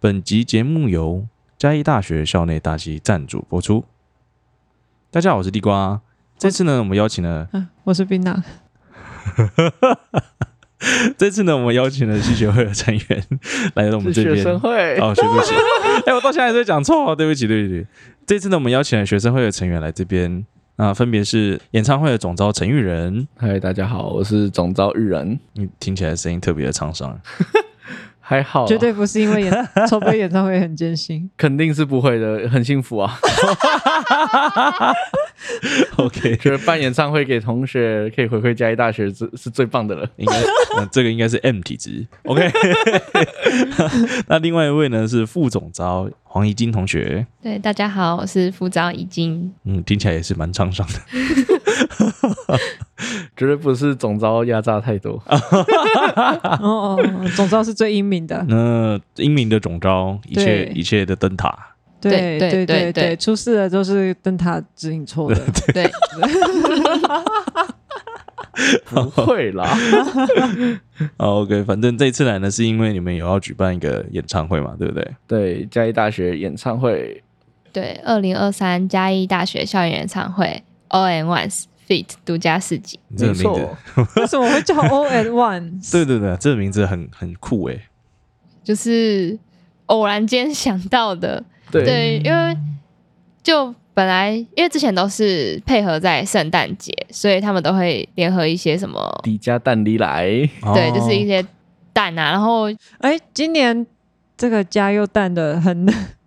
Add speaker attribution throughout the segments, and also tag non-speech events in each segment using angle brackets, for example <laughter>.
Speaker 1: 本集节目由嘉义大学校内大戏赞助播出。大家好，我是地瓜。这次呢，我们邀请了， <laughs>
Speaker 2: 嗯，我是冰娜，
Speaker 1: 这次呢，我们邀请了戏学会的成员 <laughs> 来到我们这边。
Speaker 2: 会
Speaker 1: 哦，对不起， <laughs> 哎、我到现在还在讲错，对不起，对不起。这次呢，我们邀请了学生会的成员来这边，那、分别是演唱会的总招陈玉仁，
Speaker 3: 嗨，大家好，我是总招玉然，
Speaker 1: 你听起来声音特别的沧桑， <laughs>
Speaker 3: 还好啊、
Speaker 2: 绝对不是因为演 <laughs> 筹备演唱会很艰辛，
Speaker 3: 肯定是不会的，很幸福
Speaker 2: <laughs>
Speaker 3: 啊！
Speaker 1: OK，
Speaker 3: 觉得办演唱会给同学可以回馈嘉义大学是是最棒的了。
Speaker 1: 应该、那这个应该是 M 体质。OK，那另外一位呢是副总招黄怡金同学，
Speaker 4: 对，大家好，我是副招已经。
Speaker 1: 嗯，听起来也是蛮沧桑的。 <laughs>
Speaker 3: 绝对不是总招压榨太多，
Speaker 2: 哦哦，哦总之是最英明
Speaker 1: 嗯
Speaker 2: 的，
Speaker 1: 那英明的总招，一切
Speaker 2: 对
Speaker 1: 一切的灯塔，
Speaker 2: 对
Speaker 4: 对对
Speaker 2: 对对
Speaker 4: 对对
Speaker 2: 对，出事的都是灯塔指引错的，
Speaker 4: 对，
Speaker 3: 不会
Speaker 2: <laughs>
Speaker 3: 啦。
Speaker 1: 哦 OK，反正这次来呢，是因为你们有要举办一个演唱会嘛，对不对？
Speaker 3: 对，嘉义大学演唱会，
Speaker 4: <laughs> 对，二零二三嘉义大学校园演唱会 All and Once Fit 独家市集，
Speaker 1: 你这个
Speaker 3: 没
Speaker 1: 名
Speaker 3: 错
Speaker 1: 字，，
Speaker 2: 为什么会叫 All at Once？
Speaker 1: <laughs> 对对对，这个名字很很酷诶。
Speaker 4: 就是偶然间想到的。
Speaker 3: 对
Speaker 4: 对，因为就本来因为之前都是配合在圣诞节，所以他们都会联合一些什么，
Speaker 3: 迪迦蛋里来， <laughs>
Speaker 4: 对，
Speaker 1: 哦
Speaker 4: 就是一些蛋啊，然后
Speaker 2: 哎，今年这个加又淡的很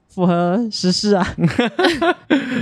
Speaker 2: 符合时事啊，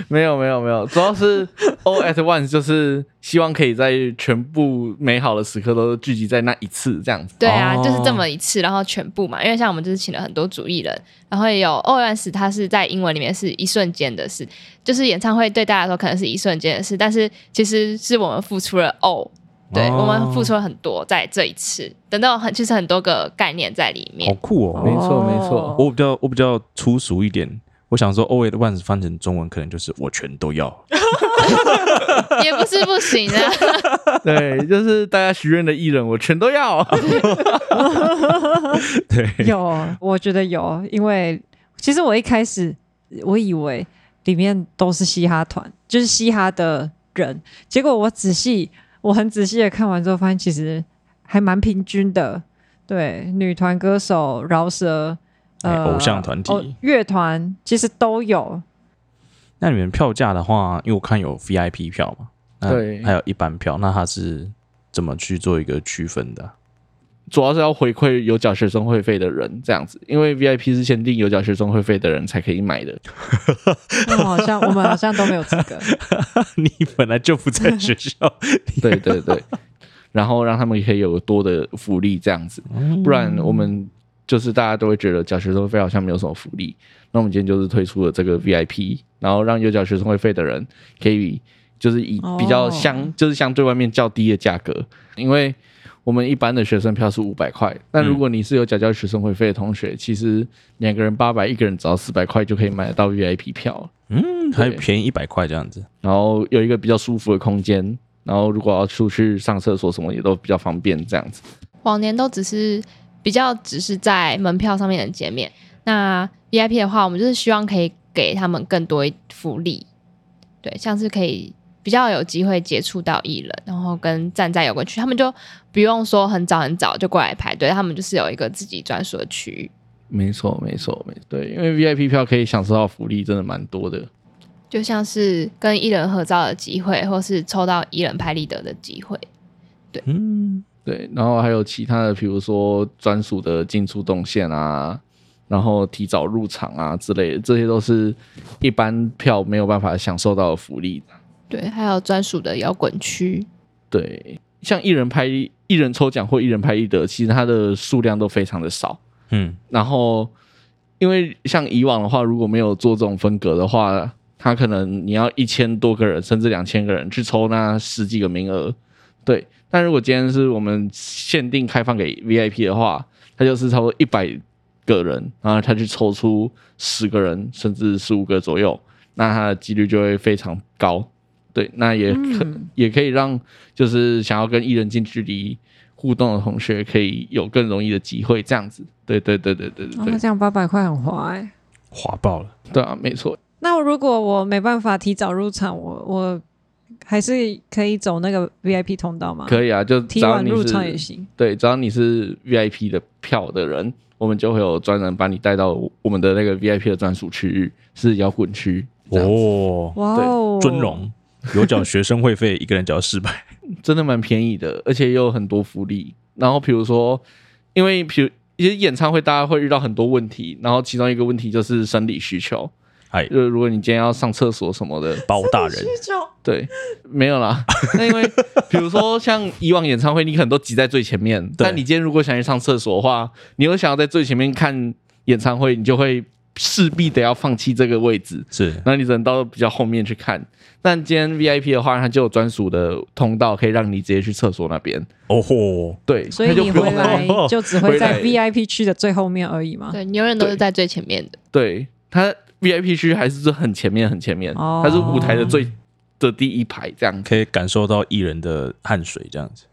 Speaker 3: 没有没有没有，主要是 all at once，就是希望可以在全部美好的时刻都聚集在那一次这
Speaker 2: <laughs>
Speaker 3: 样子。
Speaker 4: 对啊，就是这
Speaker 1: 哦
Speaker 4: 么一次，然后全部嘛，因为像我们就是请了很多主艺人，然后也有欧元史，它是在英文里面是一瞬间的事，就是演唱会对大家来说可能是一瞬间的事，但是其实是我们付出了哦，对、
Speaker 1: 哦
Speaker 4: 我们付出了很多在这一次，等到很其实很多个概念在里
Speaker 1: 好
Speaker 4: 面，
Speaker 1: 酷哦。
Speaker 3: 没错没错
Speaker 1: 我比较我比较粗俗一点，我想说 “all at once” 翻成中文可能就是我全都要。 <laughs>
Speaker 4: 也不是不行啊，
Speaker 3: 对，就是大家许愿的艺人，我全都要。
Speaker 1: <laughs> 对，
Speaker 2: 有，我觉得有，因为其实我一开始我以为里面都是嘻哈团，就是嘻哈的人，结果我仔细，我很仔细的看完之后，发现其实还蛮平均的。对，女团歌手、饶舌、
Speaker 1: 哎
Speaker 2: 呃，
Speaker 1: 偶像团体
Speaker 2: 哦乐团其实都有。
Speaker 1: 那你们票价的话，因为我看有 VIP 票嘛，那
Speaker 3: 对
Speaker 1: 还有一般票，那它是怎么去做一个区分的啊？
Speaker 3: 主要是要回馈有缴学生会费的人这样子，因为 VIP 是限定有缴学生会费的人才可以买的。
Speaker 2: 那我好
Speaker 1: <laughs>
Speaker 2: 像我们好像都没有资格。
Speaker 1: 你本来就不在学
Speaker 3: <laughs>
Speaker 1: 校，
Speaker 3: 对对对，然后让他们可以有多的福利这样子，不然我们就是大家都会觉得缴学生会费好像没有什么福利。那我们今天就是推出了这个 VIP，然后让有缴学生会费的人可以就是以比较相、
Speaker 2: 哦
Speaker 3: 就是相对外面较低的价格，因为。我们一般的学生票是五百块，但如果你是有缴交学生会费的同学，其实两个人八百，一个人只要四百块就可以买得到 VIP 票了。
Speaker 1: 嗯，还
Speaker 3: 对
Speaker 1: 便宜一百块这样子。
Speaker 3: 然后有一个比较舒服的空间，然后如果要出去上厕所什么也都比较方便，这样子。
Speaker 4: 往年都只是比较只是在门票上面的减免，那 VIP 的话，我们就是希望可以给他们更多福利，对，像是可以比较有机会接触到艺人，然后跟站在有个区，他们就不用说很早很早就过来排队，他们就是有一个自己专属的区域，
Speaker 3: 没错，没错，没对，因为 VIP 票可以享受到福利，真的蛮多的。
Speaker 4: 就像是跟艺人合照的机会，或是抽到艺人拍立得的机会。
Speaker 1: 嗯，
Speaker 3: 对，然后还有其他的，比如说专属的进出动线啊，然后提早入场啊之类的，这些都是一般票没有办法享受到的福利。
Speaker 4: 对，还有专属的摇滚区，
Speaker 3: 对，像一人拍一人抽奖或一人拍一得，其实它的数量都非常的少。
Speaker 1: 嗯，
Speaker 3: 然后因为像以往的话，如果没有做这种分隔的话，他可能你要一千多个人甚至两千个人去抽那十几个名额，对。但如果今天是我们限定开放给 VIP 的话，他就是差不多一百个人，然后他去抽出十个人甚至十五个左右，那他的几率就会非常高。对，那也可、
Speaker 2: 嗯
Speaker 3: 也可以让就是想要跟艺人近距离互动的同学可以有更容易的机会，这样子。对对对对对对
Speaker 2: 哦，
Speaker 3: 对，
Speaker 2: 这样八百块很划哎、
Speaker 1: 划爆了。
Speaker 3: 对啊，没错。
Speaker 2: 那如果我没办法提早入场，我我还是可以走那个 VIP 通道吗？
Speaker 3: 可以啊，就只
Speaker 2: 提
Speaker 3: 要
Speaker 2: 晚
Speaker 3: 你
Speaker 2: 嗯入场也
Speaker 3: 是
Speaker 2: 行。
Speaker 3: 对，只要你是 VIP 的票的人，我们就会有专人把你带到我们的那个 VIP 的专属区域，是摇滚区。哦，
Speaker 1: 哦，
Speaker 2: 哇哦，
Speaker 1: 尊荣有缴学生会费，一个人缴四
Speaker 3: <laughs>
Speaker 1: 百。
Speaker 3: 真的蛮便宜的，而且也有很多福利。然后比如说，因为比如其实演唱会大家会遇到很多问题，然后其中一个问题就是生理需求。
Speaker 1: 哎
Speaker 3: 就是如果你今天要上厕所什么的，
Speaker 1: 包大人，
Speaker 3: 对，没
Speaker 2: <laughs>
Speaker 3: 有啦。那因为比如说像以往演唱会，你可能都挤在最前面，但你今天如果想去上厕所的话，你又想要在最前面看演唱会，你就会势必得要放弃这个位置。
Speaker 1: 是
Speaker 3: 那你只能到比较后面去看。但今天 VIP 的话，它就有专属的通道，可以让你直接去厕所那边。
Speaker 1: 哦吼，
Speaker 3: 对，
Speaker 2: 所以
Speaker 3: 它就
Speaker 2: 你
Speaker 3: 不
Speaker 2: 回
Speaker 3: 用
Speaker 2: 来
Speaker 3: <laughs>
Speaker 2: 就只会在
Speaker 3: 回
Speaker 2: VIP 区的最后面而已嘛？
Speaker 4: 对，你永远都是在最前面的。
Speaker 3: 对它 VIP 区还是很前面很前面，
Speaker 2: 哦
Speaker 3: 它是舞台的最的第一排这样，
Speaker 1: 可以感受到艺人的汗水这样子。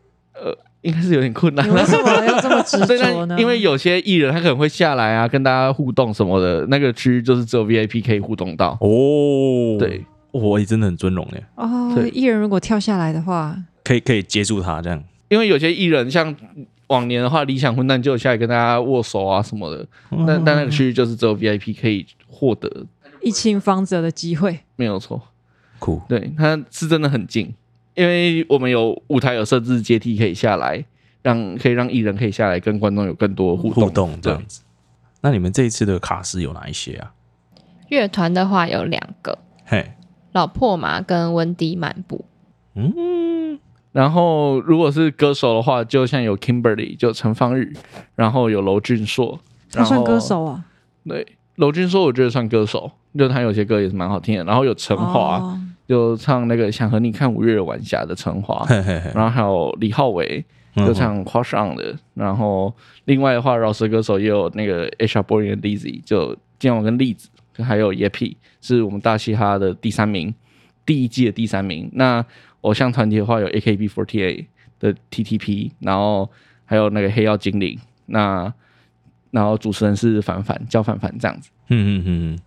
Speaker 3: 应该是有点困
Speaker 2: <laughs>
Speaker 3: 难
Speaker 2: 你。为什么要这么执
Speaker 3: <laughs> 对，
Speaker 2: 着呢
Speaker 3: 那？因为有些艺人他可能会下来啊，跟大家互动什么的，那个区域就是只有 VIP 可以互动到。
Speaker 1: 哦，
Speaker 3: 对，
Speaker 1: 我也真的很尊荣耶，
Speaker 2: 哦
Speaker 3: 对，
Speaker 2: 艺人如果跳下来的话，
Speaker 1: 可以可以接住他这样。
Speaker 3: 因为有些艺人像往年的话，理想混蛋就有下来跟大家握手啊什么的，
Speaker 2: 嗯
Speaker 3: 那但那个区域就是只有 VIP 可以获得，
Speaker 2: 一清方泽的机会
Speaker 3: 没有错。
Speaker 1: 酷
Speaker 3: 对，它是真的很近，因为我们有舞台有设置阶梯可以下来，让可以让艺人可以下来跟观众有更多互动。
Speaker 1: 互动这
Speaker 3: 对
Speaker 1: 样子。那你们这一次的卡司有哪一些啊？
Speaker 4: 乐团的话有两个，
Speaker 1: 嘿，
Speaker 4: 老破马跟温迪漫步。
Speaker 1: 嗯，
Speaker 3: 然后如果是歌手的话，就像有 Kimberly 就陈芳宇，然后有娄俊硕，
Speaker 2: 他
Speaker 3: 然后
Speaker 2: 算歌手啊？
Speaker 3: 对，娄俊硕我觉得算歌手，就他有些歌也是蛮好听的。然后有陈华，
Speaker 2: 哦
Speaker 3: 就唱那个《想和你看五月的晚霞》的陈华，
Speaker 1: 嘿嘿嗯嘿，
Speaker 3: <laughs> 然后还有李浩伟，就啊唱《Crush On》的。然后另外的话，饶舌歌手也有那个 H R Boy 跟 Lizzy，就建我跟栗子，还有 y e p i 是我们大嘻哈的第三名，第一季的第三名。那偶像团体的话，有 A K B 4 8的 T T P，然后还有那个黑曜精灵。那然后主持人是凡凡，叫凡凡这样子。
Speaker 1: 嗯嗯嗯嗯，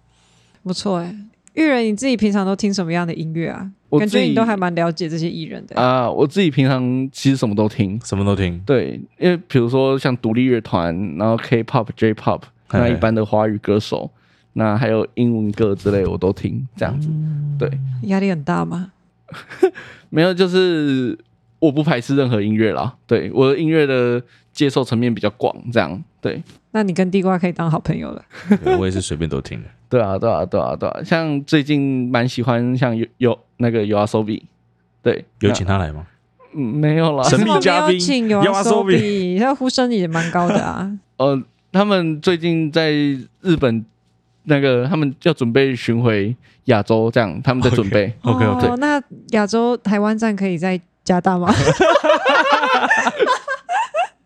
Speaker 2: 不错哎。艺人，你自己平常都听什么样的音乐啊？
Speaker 3: 我
Speaker 2: 感
Speaker 3: 自
Speaker 2: 觉
Speaker 3: 己
Speaker 2: 你都还蛮了解这些艺人的。
Speaker 3: 啊、我自己平常其实什么都听，
Speaker 1: 什么都听。
Speaker 3: 对，因为比如说像独立乐团，然后 K-pop、J-pop，
Speaker 1: 嘿
Speaker 3: 那一般的华语歌手，那还有英文歌之类，我都听这样子。对，
Speaker 2: 压力很大吗？
Speaker 3: 没有就是我不排斥任何音乐啦，对我的音乐的接受层面比较广，这样对。
Speaker 2: 那你跟地瓜可以当好朋友了。
Speaker 1: 对我也是随便都听的。
Speaker 3: 对啊，对啊，对啊，对啊，像最近蛮喜欢像有有那个 U R S O B，对，
Speaker 1: 有
Speaker 3: <laughs> 那
Speaker 1: 请他来吗？
Speaker 3: 嗯没有 <laughs> 啦，
Speaker 1: 神秘嘉宾
Speaker 2: 请有
Speaker 3: 啊
Speaker 1: Yawa
Speaker 2: s o b 他呼声也蛮高的啊。
Speaker 3: 呃，他们最近在日本那个，他们要准备巡回亚洲，这样他们在准备。
Speaker 1: OK，OK
Speaker 2: 哦，那亚洲台湾站可以再加大吗？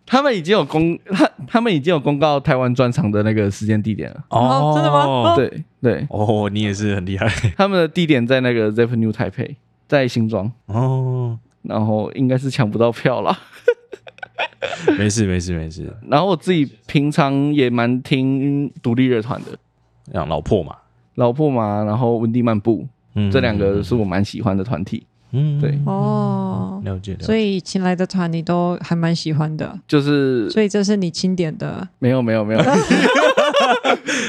Speaker 3: 他们已经有公，他他们已经有公告台湾专场的那个时间地点了。
Speaker 2: 哦真的吗哦
Speaker 3: 对对，
Speaker 1: 哦，你也是很厉害
Speaker 3: 他们的地点在那个 Zep New 台北，在新庄，
Speaker 1: 哦。
Speaker 3: 然后应该是抢不到票啦。
Speaker 1: 没事没事没事，
Speaker 3: <laughs> 然后我自己平常也蛮听独立乐团的，
Speaker 1: 让老破嘛，
Speaker 3: 老破麻，然后温蒂漫步
Speaker 1: 嗯
Speaker 3: 这两个是我蛮喜欢的团体。
Speaker 1: 嗯
Speaker 3: 对
Speaker 2: 哦，
Speaker 1: 了解了解。
Speaker 2: 所以请来的团你都还蛮喜欢的，
Speaker 3: 就是
Speaker 2: 所以这是你经典的。
Speaker 3: 没有没有没有，
Speaker 1: 很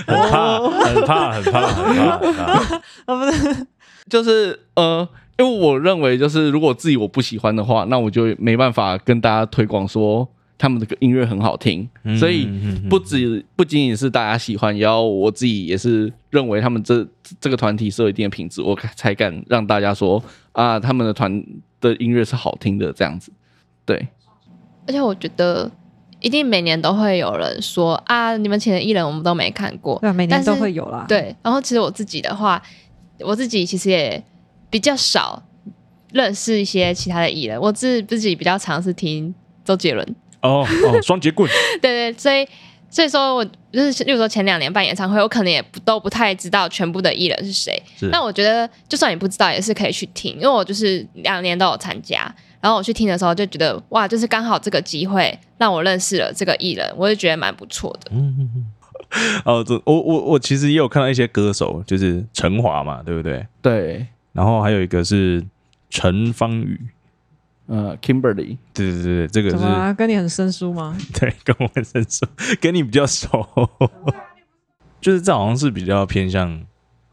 Speaker 1: 怕很怕很怕很怕很怕，
Speaker 2: 哦，不是，
Speaker 3: 就是呃，因为我认为就是如果自己我不喜欢的话，那我就没办法跟大家推广说他们的音乐很好听，
Speaker 1: 嗯
Speaker 3: 所以
Speaker 1: 嗯嗯
Speaker 3: 不止不仅仅是大家喜欢，也要我自己也是认为他们这这个团体是有一定的品质，我才敢让大家说啊，他们的团的音乐是好听的这样子。对，
Speaker 4: 而且我觉得，一定每年都会有人说啊，你们请的艺人我们都没看过。
Speaker 2: 对，每啊年
Speaker 4: 但是
Speaker 2: 都会有啦。，
Speaker 4: 对，然后其实我自己的话，我自己其实也比较少认识一些其他的艺人，我自自己比较常是听周杰伦， <laughs>
Speaker 1: 哦哦，双节棍，
Speaker 4: 对对，所以所以说我就是，例如说前两年办演唱会，我可能也不都不太知道全部的艺人是谁。
Speaker 1: 是
Speaker 4: 那我觉得，就算你不知道，也是可以去听，因为我就是两年都有参加。然后我去听的时候就觉得哇，就是刚好这个机会让我认识了这个艺人，我就觉得蛮不错的。
Speaker 1: 嗯嗯嗯哦，这我我我其实也有看到一些歌手，就是陈华嘛，对不对？
Speaker 3: 对，
Speaker 1: 然后还有一个是陈芳宇，
Speaker 3: 呃，Kimberly，
Speaker 1: 对对对对，这个
Speaker 2: 怎么
Speaker 1: 是
Speaker 2: 啊？跟你很生疏吗？
Speaker 1: <laughs> 对跟我们生熟，跟你比较熟， <laughs> 就是这好像是比较偏向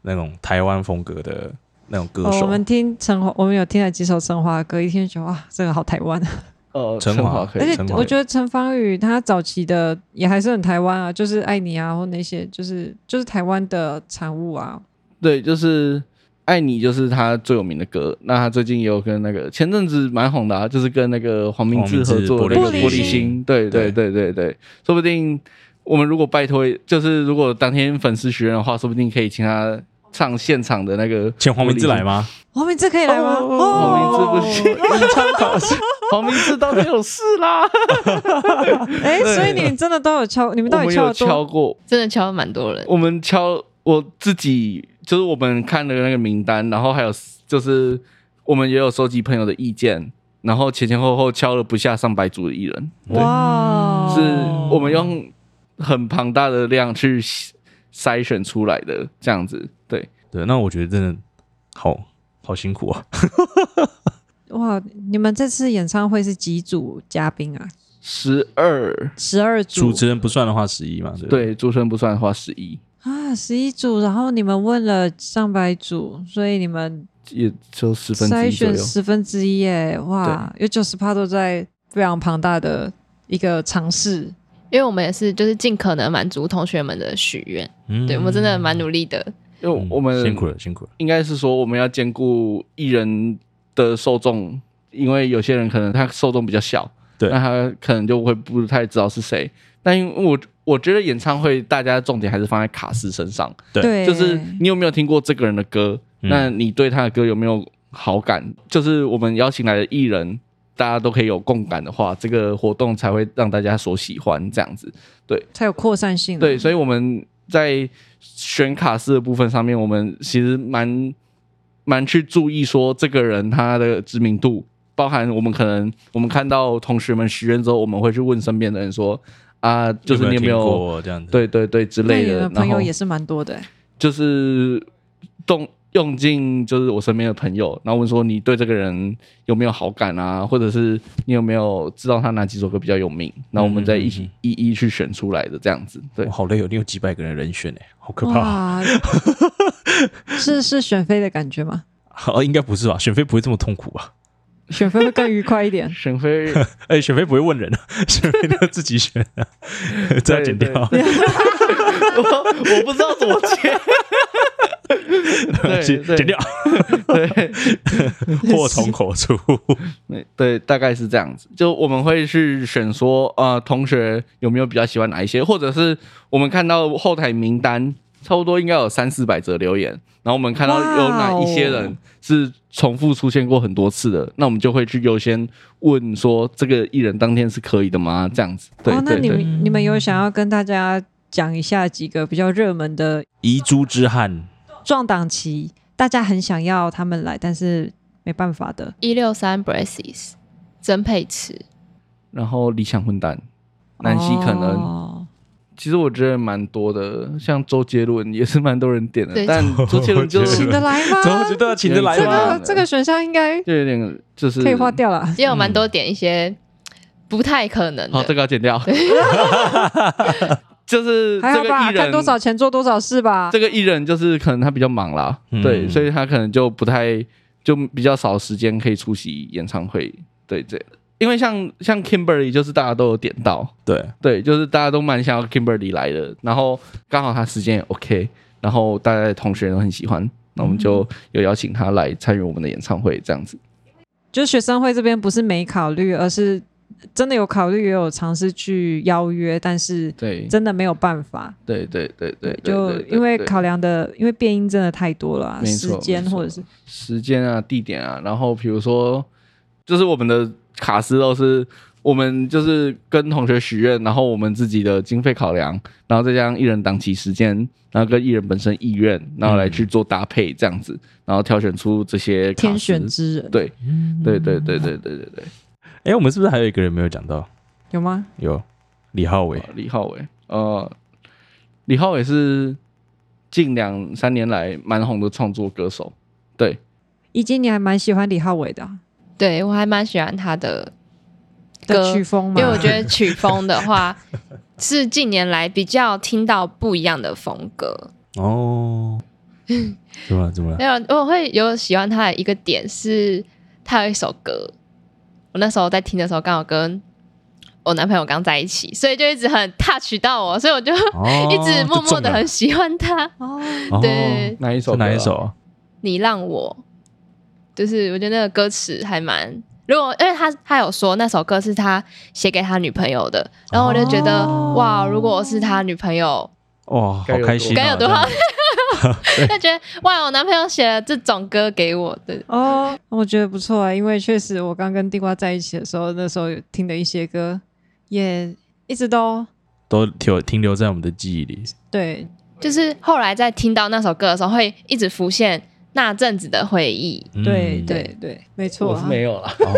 Speaker 1: 那种台湾风格的那种歌
Speaker 2: 哦，
Speaker 1: 手。
Speaker 2: 我们听陈华，我们有听了几首陈华的歌，一听就觉得哇，这个好台湾啊！
Speaker 3: 呃，
Speaker 1: 陈
Speaker 3: 陈
Speaker 1: 华
Speaker 3: 华可
Speaker 2: 而
Speaker 3: 以，
Speaker 2: 且
Speaker 1: 陈华
Speaker 2: 我觉得陈芳宇他早期的也还是很台湾啊，就是爱你啊，或那些就是就是台湾的产物啊。
Speaker 3: 对，就是《爱你》就是他最有名的歌。那他最近也有跟那个前阵子蛮红的、啊，就是跟那个黄明志合作的那
Speaker 1: 黄
Speaker 2: 明
Speaker 3: 个
Speaker 2: 志
Speaker 3: 玻
Speaker 2: 玻璃
Speaker 3: 璃
Speaker 2: 心
Speaker 3: 心。对对对对对，说不定我们如果拜托，就是如果当天粉丝许愿的话，说不定可以请他唱现场的那个。
Speaker 1: 请黄明志来？吗？
Speaker 2: 黄明志可以来吗？
Speaker 1: 哦
Speaker 2: 哦，
Speaker 3: 黄
Speaker 2: <laughs>
Speaker 3: 明志不行，
Speaker 1: 演唱考试，
Speaker 3: 黄明志当天有事啦。
Speaker 2: 哎，所以你真的都有敲，你们
Speaker 3: 我
Speaker 2: 到
Speaker 3: 们
Speaker 2: 底
Speaker 3: 有
Speaker 2: 了多
Speaker 3: 敲过，
Speaker 4: 真的敲了蛮多人，
Speaker 3: 我们敲我自己就是我们看的那个名单，然后还有 s- 就是我们也有收集朋友的意见，然后前前后后敲了不下上百组的艺人，
Speaker 2: 哇，哦
Speaker 1: 哦
Speaker 3: 是我们用很庞大的量去筛筛选出来的这样子。对，
Speaker 1: 对，那我觉得真的好好辛苦啊。
Speaker 2: 哇！你们这次演唱会是几组嘉宾啊？
Speaker 3: 十二
Speaker 2: 十二组
Speaker 1: 主持人不算的话，十一嘛，对不对
Speaker 3: 对主持人不算的话十一，
Speaker 2: 啊，十一组。然后你们问了上百组，所以你们
Speaker 3: 也就十分之
Speaker 2: 筛
Speaker 3: 一左
Speaker 2: 选
Speaker 3: 右。
Speaker 2: 十分之一耶！哇，有九十趴都在非常庞大的一个尝试。
Speaker 4: 因为我们也是就是尽可能满足同学们的许愿，
Speaker 1: 嗯
Speaker 4: 对我们真的蛮努力的。
Speaker 3: 因为
Speaker 1: 嗯
Speaker 3: 我们
Speaker 1: 辛苦了，辛苦了。
Speaker 3: 应该是说我们要兼顾艺人的受众，因为有些人可能他受众比较小，
Speaker 1: 对
Speaker 3: 那他可能就会不太知道是谁。但因为我我觉得演唱会大家重点还是放在卡斯身上，
Speaker 1: 对
Speaker 2: 对，
Speaker 3: 就是你有没有听过这个人的歌，
Speaker 1: 嗯
Speaker 3: 那你对他的歌有没有好感？就是我们邀请来的艺人。大家都可以有共感的话，这个活动才会让大家所喜欢这样子。
Speaker 2: 才有扩散性啊。
Speaker 3: 对，所以我们在选卡斯的部分上面，我们其实蛮蛮去注意说这个人他的知名度，包含我们可能我们看到同学们许愿之后，我们会去问身边的人说啊，就是你有没
Speaker 1: 听
Speaker 3: 有
Speaker 1: 过这样子？
Speaker 3: 对对对之
Speaker 2: 那
Speaker 3: 类
Speaker 2: 你
Speaker 3: 的
Speaker 2: 的，朋
Speaker 3: 然后
Speaker 2: 友也是蛮多的耶。
Speaker 3: 就是动。用尽就是我身边的朋友，然后问说你对这个人有没有好感啊，或者是你有没有知道他哪几首歌比较有名？然后我们再一
Speaker 1: 嗯嗯
Speaker 3: 起一一去选出来的这样子，对。
Speaker 1: 哇，，好累哦，你有几百个人人选哎，好可怕。
Speaker 2: 哇，是是选妃的感觉吗？
Speaker 1: <laughs> 哦，应该不是吧？选妃不会这么痛苦吧？ <laughs>
Speaker 2: 选妃会更愉快一点
Speaker 3: 沈飞
Speaker 1: 哎，选妃不会问人啊， <laughs> 选妃都自己选啊， <laughs> 这要剪掉啊。
Speaker 3: 我 <laughs> 我不知道怎么
Speaker 1: <laughs>
Speaker 3: 接。
Speaker 4: <laughs>
Speaker 3: 对
Speaker 1: 剪
Speaker 3: 对
Speaker 1: 剪掉，
Speaker 3: 对
Speaker 1: <laughs> 祸从口出。
Speaker 3: 对对，大概是这样子。就我们会去选说，呃，同学有没有比较喜欢哪一些，或者是我们看到后台名单，差不多应该有三四百则留言，然后我们看到有哪一些
Speaker 2: 哇哦
Speaker 3: 人是重复出现过很多次的，那我们就会去优先问说，这个艺人当天是可以的吗？这样子。对
Speaker 2: 哦，那
Speaker 3: 对
Speaker 2: 你
Speaker 3: 对，
Speaker 2: 们你们有想要跟大家讲一下几个比较热门的
Speaker 1: 遗珠之憾，
Speaker 2: 撞档期，大家很想要他们来，但是没办法的。
Speaker 4: 一六三 Braces，曾沛慈，
Speaker 3: 然后理想混蛋，南希可能。
Speaker 2: 哦
Speaker 3: 其实我觉得蛮多的，像周杰伦也是蛮多人点的，
Speaker 1: <laughs>
Speaker 4: 对
Speaker 3: 但周杰伦就
Speaker 1: 周杰
Speaker 2: <laughs> 请
Speaker 1: 伦
Speaker 2: 得
Speaker 1: <laughs>
Speaker 2: 来 <laughs>
Speaker 1: 怎么觉
Speaker 2: 吗？
Speaker 1: 得请得来
Speaker 2: 这
Speaker 1: 吗？
Speaker 2: 个这个选项应该
Speaker 3: 就有点就是
Speaker 2: 可以划。掉了。
Speaker 4: 也有蛮多点一些不太可能
Speaker 3: 嗯好，这
Speaker 4: 的。
Speaker 3: 个要剪掉。 <laughs> 就是
Speaker 2: 还
Speaker 3: 这
Speaker 2: 好
Speaker 3: 个
Speaker 2: 吧，
Speaker 3: 艺
Speaker 2: 看
Speaker 3: 人，
Speaker 2: 多少钱做多少事吧
Speaker 3: 这。个艺人就是可能他比较忙啦，
Speaker 1: 嗯
Speaker 3: 对，所以他可能就不太就比较少时间可以出席演唱会。对，这因为像像 Kimberly 就是大家都有点到，
Speaker 1: 对，
Speaker 3: 对，就是大家都蛮想要 Kimberly 来的，然后刚好他时间也 OK，然后大家的同学都很喜欢，那
Speaker 2: 嗯
Speaker 3: 我们就有邀请他来参与我们的演唱会，这样子。
Speaker 2: 就是学生会这边不是没考虑，而是真的有考虑，也有尝试去邀约，但是
Speaker 3: 对，
Speaker 2: 真的没有办法。
Speaker 3: 对对对对，对
Speaker 2: 就
Speaker 3: 对对
Speaker 2: 因为
Speaker 3: 对
Speaker 2: 考量的，因为变音真的太多了啊、
Speaker 3: 没
Speaker 2: 时
Speaker 3: 错
Speaker 2: 间
Speaker 3: 没错
Speaker 2: 或者是
Speaker 3: 时间啊、地点啊，然后比如说，就是我们的卡斯都是我们就是跟同学许愿，然后我们自己的经费考量，然后再加上艺人档期时间，然后跟艺人本身意愿，然后来去做搭配这样子，然后挑选出这些卡
Speaker 2: 天
Speaker 3: 司
Speaker 2: 选之人，
Speaker 3: 对对对对对对对对，
Speaker 1: 哎，我们是不是还有一个人没有讲到？
Speaker 2: 有吗？
Speaker 1: 有李浩伟
Speaker 3: 呃，李浩伟，呃，李浩伟是近两三年来蛮红的创作歌手，对，
Speaker 2: 一经你还蛮喜欢李浩伟的啊
Speaker 4: 对我还蛮喜欢他的
Speaker 2: 的
Speaker 4: 歌
Speaker 2: 曲风嘛，
Speaker 4: 因为我觉得曲风的
Speaker 1: <laughs>
Speaker 4: 话是近年来比较听到不一样的风格。
Speaker 1: 哦， <laughs> 怎么了？怎么了
Speaker 4: 没？有，我会有喜欢他的一个点是，他有一首歌，我那时候在听的时候刚好跟我男朋友刚在一起，所以就一直很 touch 到我，所以我就
Speaker 1: 哦
Speaker 4: <laughs> <laughs> 一直默默的很
Speaker 1: 就
Speaker 4: 喜欢他。
Speaker 2: <laughs> 哦，
Speaker 1: 中了
Speaker 4: <laughs> 对，
Speaker 3: 哪一首、
Speaker 1: 哦是哪一首？啊？
Speaker 4: 你让我，就是我觉得那个歌词还蛮。如果因为他他有说那首歌是他写给他女朋友的，然后我就觉得、
Speaker 1: 哦
Speaker 4: 哇，如果我是他女朋友，
Speaker 1: 哇，
Speaker 3: 该
Speaker 1: 好
Speaker 3: 有
Speaker 1: 开
Speaker 3: 多
Speaker 1: 心啊！
Speaker 4: 该有多
Speaker 1: 这样
Speaker 4: 好， <laughs> 就觉得哇，我男朋友写了这种歌给我，对，
Speaker 2: 哦，我觉得不错啊，因为确实我刚跟地瓜在一起的时候，那时候有听的一些歌，也一直都
Speaker 1: 都停停留在我们的记忆里。
Speaker 2: 对
Speaker 4: 就是后来在听到那首歌的时候，会一直浮现那阵子的回忆。
Speaker 1: 嗯
Speaker 2: 对、对对，没错、
Speaker 3: 我
Speaker 2: 啊
Speaker 3: 是，没有啦， <laughs>
Speaker 1: 哦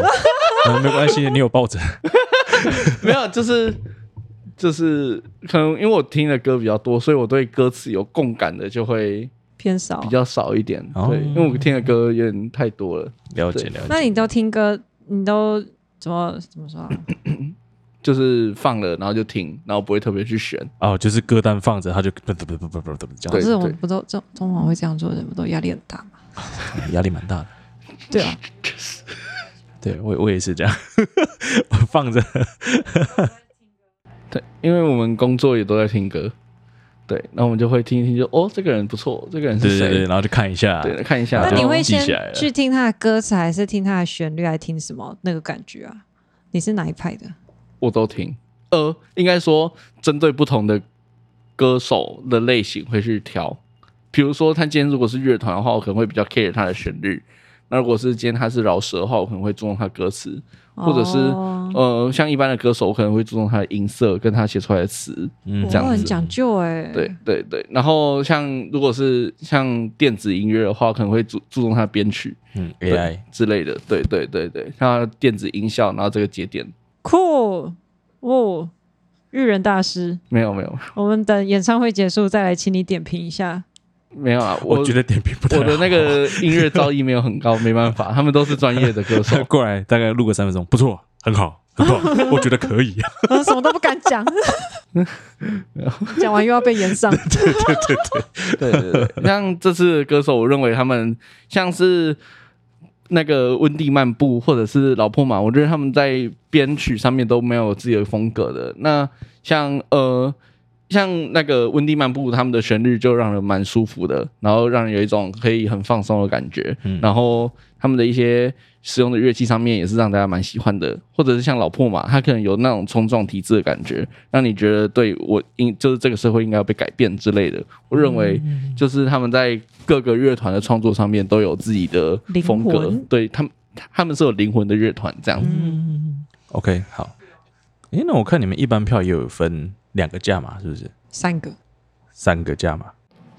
Speaker 1: <laughs> 嗯没关系，你有抱枕。
Speaker 3: 没有，就是就是可能因为我听的歌比较多，所以我对歌词有共感的就会
Speaker 2: 偏少啊
Speaker 3: 比。较少一点。
Speaker 1: 哦
Speaker 3: 对，因为我听的歌有点太多了，
Speaker 1: 了解
Speaker 3: 对
Speaker 1: 了
Speaker 2: 那
Speaker 1: 解。
Speaker 2: 你都听歌，你都怎么怎么说、啊？
Speaker 3: 就是放了然后就听，然后不会特别去选。
Speaker 1: 哦，就是歌单放着，他就不不不不不不不这
Speaker 2: 可
Speaker 1: 样
Speaker 2: 是
Speaker 3: 对
Speaker 2: 我们不都中中网会这样做的人，不都压力很大吗？
Speaker 1: 子，压力蛮大的。
Speaker 2: 对啊，
Speaker 1: <laughs> 对我我也是这样， <laughs> 我放着。
Speaker 3: 对，因为我们工作也都在听歌，对，那我们就会听一听就，哦，这个人不错，这个人是
Speaker 1: 对对对，
Speaker 3: 谁？
Speaker 1: 然后就看一下。
Speaker 3: 对，看一下。
Speaker 2: 那
Speaker 1: 就
Speaker 2: 你会
Speaker 1: 记起
Speaker 2: 先
Speaker 1: 来了
Speaker 2: 去听他的歌词，还是听他的旋律，还是听什么那个感觉啊？你是哪一派的？
Speaker 3: 我都听。呃，应该说针对不同的歌手的类型会去挑。比如说，他今天如果是乐团的话，我可能会比较 care 他的旋律；那如果是今天他是饶舌的话，我可能会注重他的歌词。或者是
Speaker 2: 哦
Speaker 3: 呃，像一般的歌手，我可能会注重他的音色跟他写出来的词。
Speaker 1: 嗯
Speaker 2: 我
Speaker 3: 这样子
Speaker 2: 哦很讲究哎、
Speaker 3: 对，对对。然后像如果是像电子音乐的话，可能会注注重他的编曲
Speaker 1: 嗯
Speaker 3: 对
Speaker 1: ，AI
Speaker 3: 之类的。对对对对，像他的电子音效，然后这个节点
Speaker 2: 酷哦，育人大师，
Speaker 3: 没有没有
Speaker 2: 我们等演唱会结束再来请你点评一下。 <laughs>
Speaker 3: 没有啊，
Speaker 1: 我觉得点评不太
Speaker 3: <laughs> 我的
Speaker 1: 好
Speaker 3: 那个音乐造诣没有很高，没办法，他们都是专业的
Speaker 1: <laughs>
Speaker 3: 歌手
Speaker 1: 他。 <laughs> 过来大概录个三分钟，不错，很好，很
Speaker 2: <laughs>
Speaker 1: 好，我觉得可以。
Speaker 2: 我什么都不敢
Speaker 3: <laughs>
Speaker 2: 讲，讲完又要被延上。
Speaker 3: 对对对，像这次的歌手，我认为他们像是那个温蒂漫步或者是老破马，我觉得他们在编曲上面都没有自己的风格的。那像呃。像那个温蒂漫步，他们的旋律就让人蛮舒服的，然后让人有一种可以很放松的感觉。
Speaker 1: 嗯
Speaker 3: 然后他们的一些使用的乐器上面也是让大家蛮喜欢的，或者是像老破马，他可能有那种冲撞体制的感觉，让你觉得对我应就是这个社会应该要被改变之类的。我认为就是他们在各个乐团的创作上面都有自己的风格
Speaker 2: 灵魂，
Speaker 3: 对他们他们是有灵魂的乐团这样子。
Speaker 1: 嗯，OK，好。诶，那我看你们一般票也有分两个价码，是不是？
Speaker 2: 三个，
Speaker 1: 三个价码？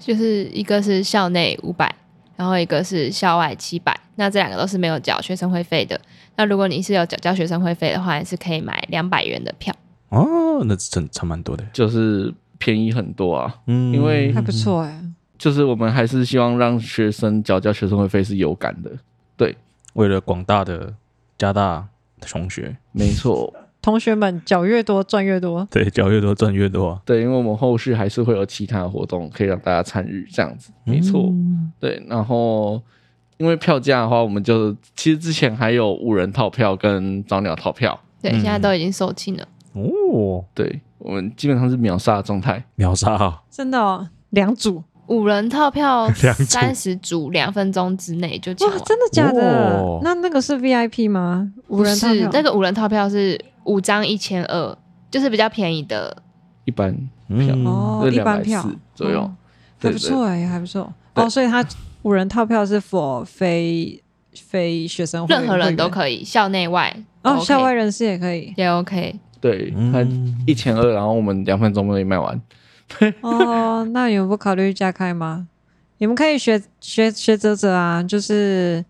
Speaker 4: 就是一个是校内五百，然后一个是校外七百。那这两个都是没有缴学生会费的。那如果你是有缴交学生会费的话，你是可以买两百元的票。
Speaker 1: 哦，那差差蛮多的。
Speaker 3: 就是便宜很多啊，
Speaker 1: 嗯
Speaker 3: 因为
Speaker 2: 还不错哎、
Speaker 3: 就是我们还是希望让学生缴交学生会费是有感的，
Speaker 1: 为了广大的加大同学，
Speaker 3: 没
Speaker 1: <laughs>
Speaker 3: 错，
Speaker 2: 同学们缴越多赚越多，
Speaker 1: 对，缴越多赚越多，
Speaker 3: 对，因为我们后续还是会有其他活动可以让大家参与，这样子，没错，
Speaker 1: 嗯
Speaker 3: 对，然后。因为票价的话，我们就其实之前还有五人套票跟早鸟套票，
Speaker 4: 对，
Speaker 1: 嗯
Speaker 4: 现在都已经售罄了。
Speaker 1: 哦，
Speaker 3: 对我们基本上是秒杀的状态。
Speaker 1: 秒杀啊！
Speaker 2: 真的、哦、两组
Speaker 4: 五人套 <laughs> 票
Speaker 1: 两组
Speaker 4: 三十组，两分钟之内就抢
Speaker 2: 哇，
Speaker 4: 完。
Speaker 2: 真的假的？
Speaker 1: 哦
Speaker 2: 那那个是 VIP 吗？无
Speaker 4: 不
Speaker 2: 人套
Speaker 4: 是
Speaker 2: 票
Speaker 4: 那个五人套票是五张一千二，就是比较便宜的。
Speaker 3: 一般
Speaker 1: 嗯，
Speaker 2: 哦，一
Speaker 3: 两
Speaker 2: 般
Speaker 3: 百
Speaker 2: 票
Speaker 3: 四左右
Speaker 2: 哦，
Speaker 3: 对
Speaker 2: 还不错哎、还不错
Speaker 3: 对
Speaker 2: 哦。所以他无人套票是否非非学生会
Speaker 4: 任何人都
Speaker 2: 以
Speaker 4: 可以，校内外都
Speaker 2: 哦，
Speaker 4: OK
Speaker 2: 校外人士也可以
Speaker 4: 也 OK。
Speaker 1: <laughs>
Speaker 3: 对，他
Speaker 1: 嗯
Speaker 3: 一千二，然后我们两分钟内
Speaker 1: <laughs>
Speaker 3: 卖完。
Speaker 2: 哦。那你们不考虑加开吗？你们可以学学学泽泽啊，就是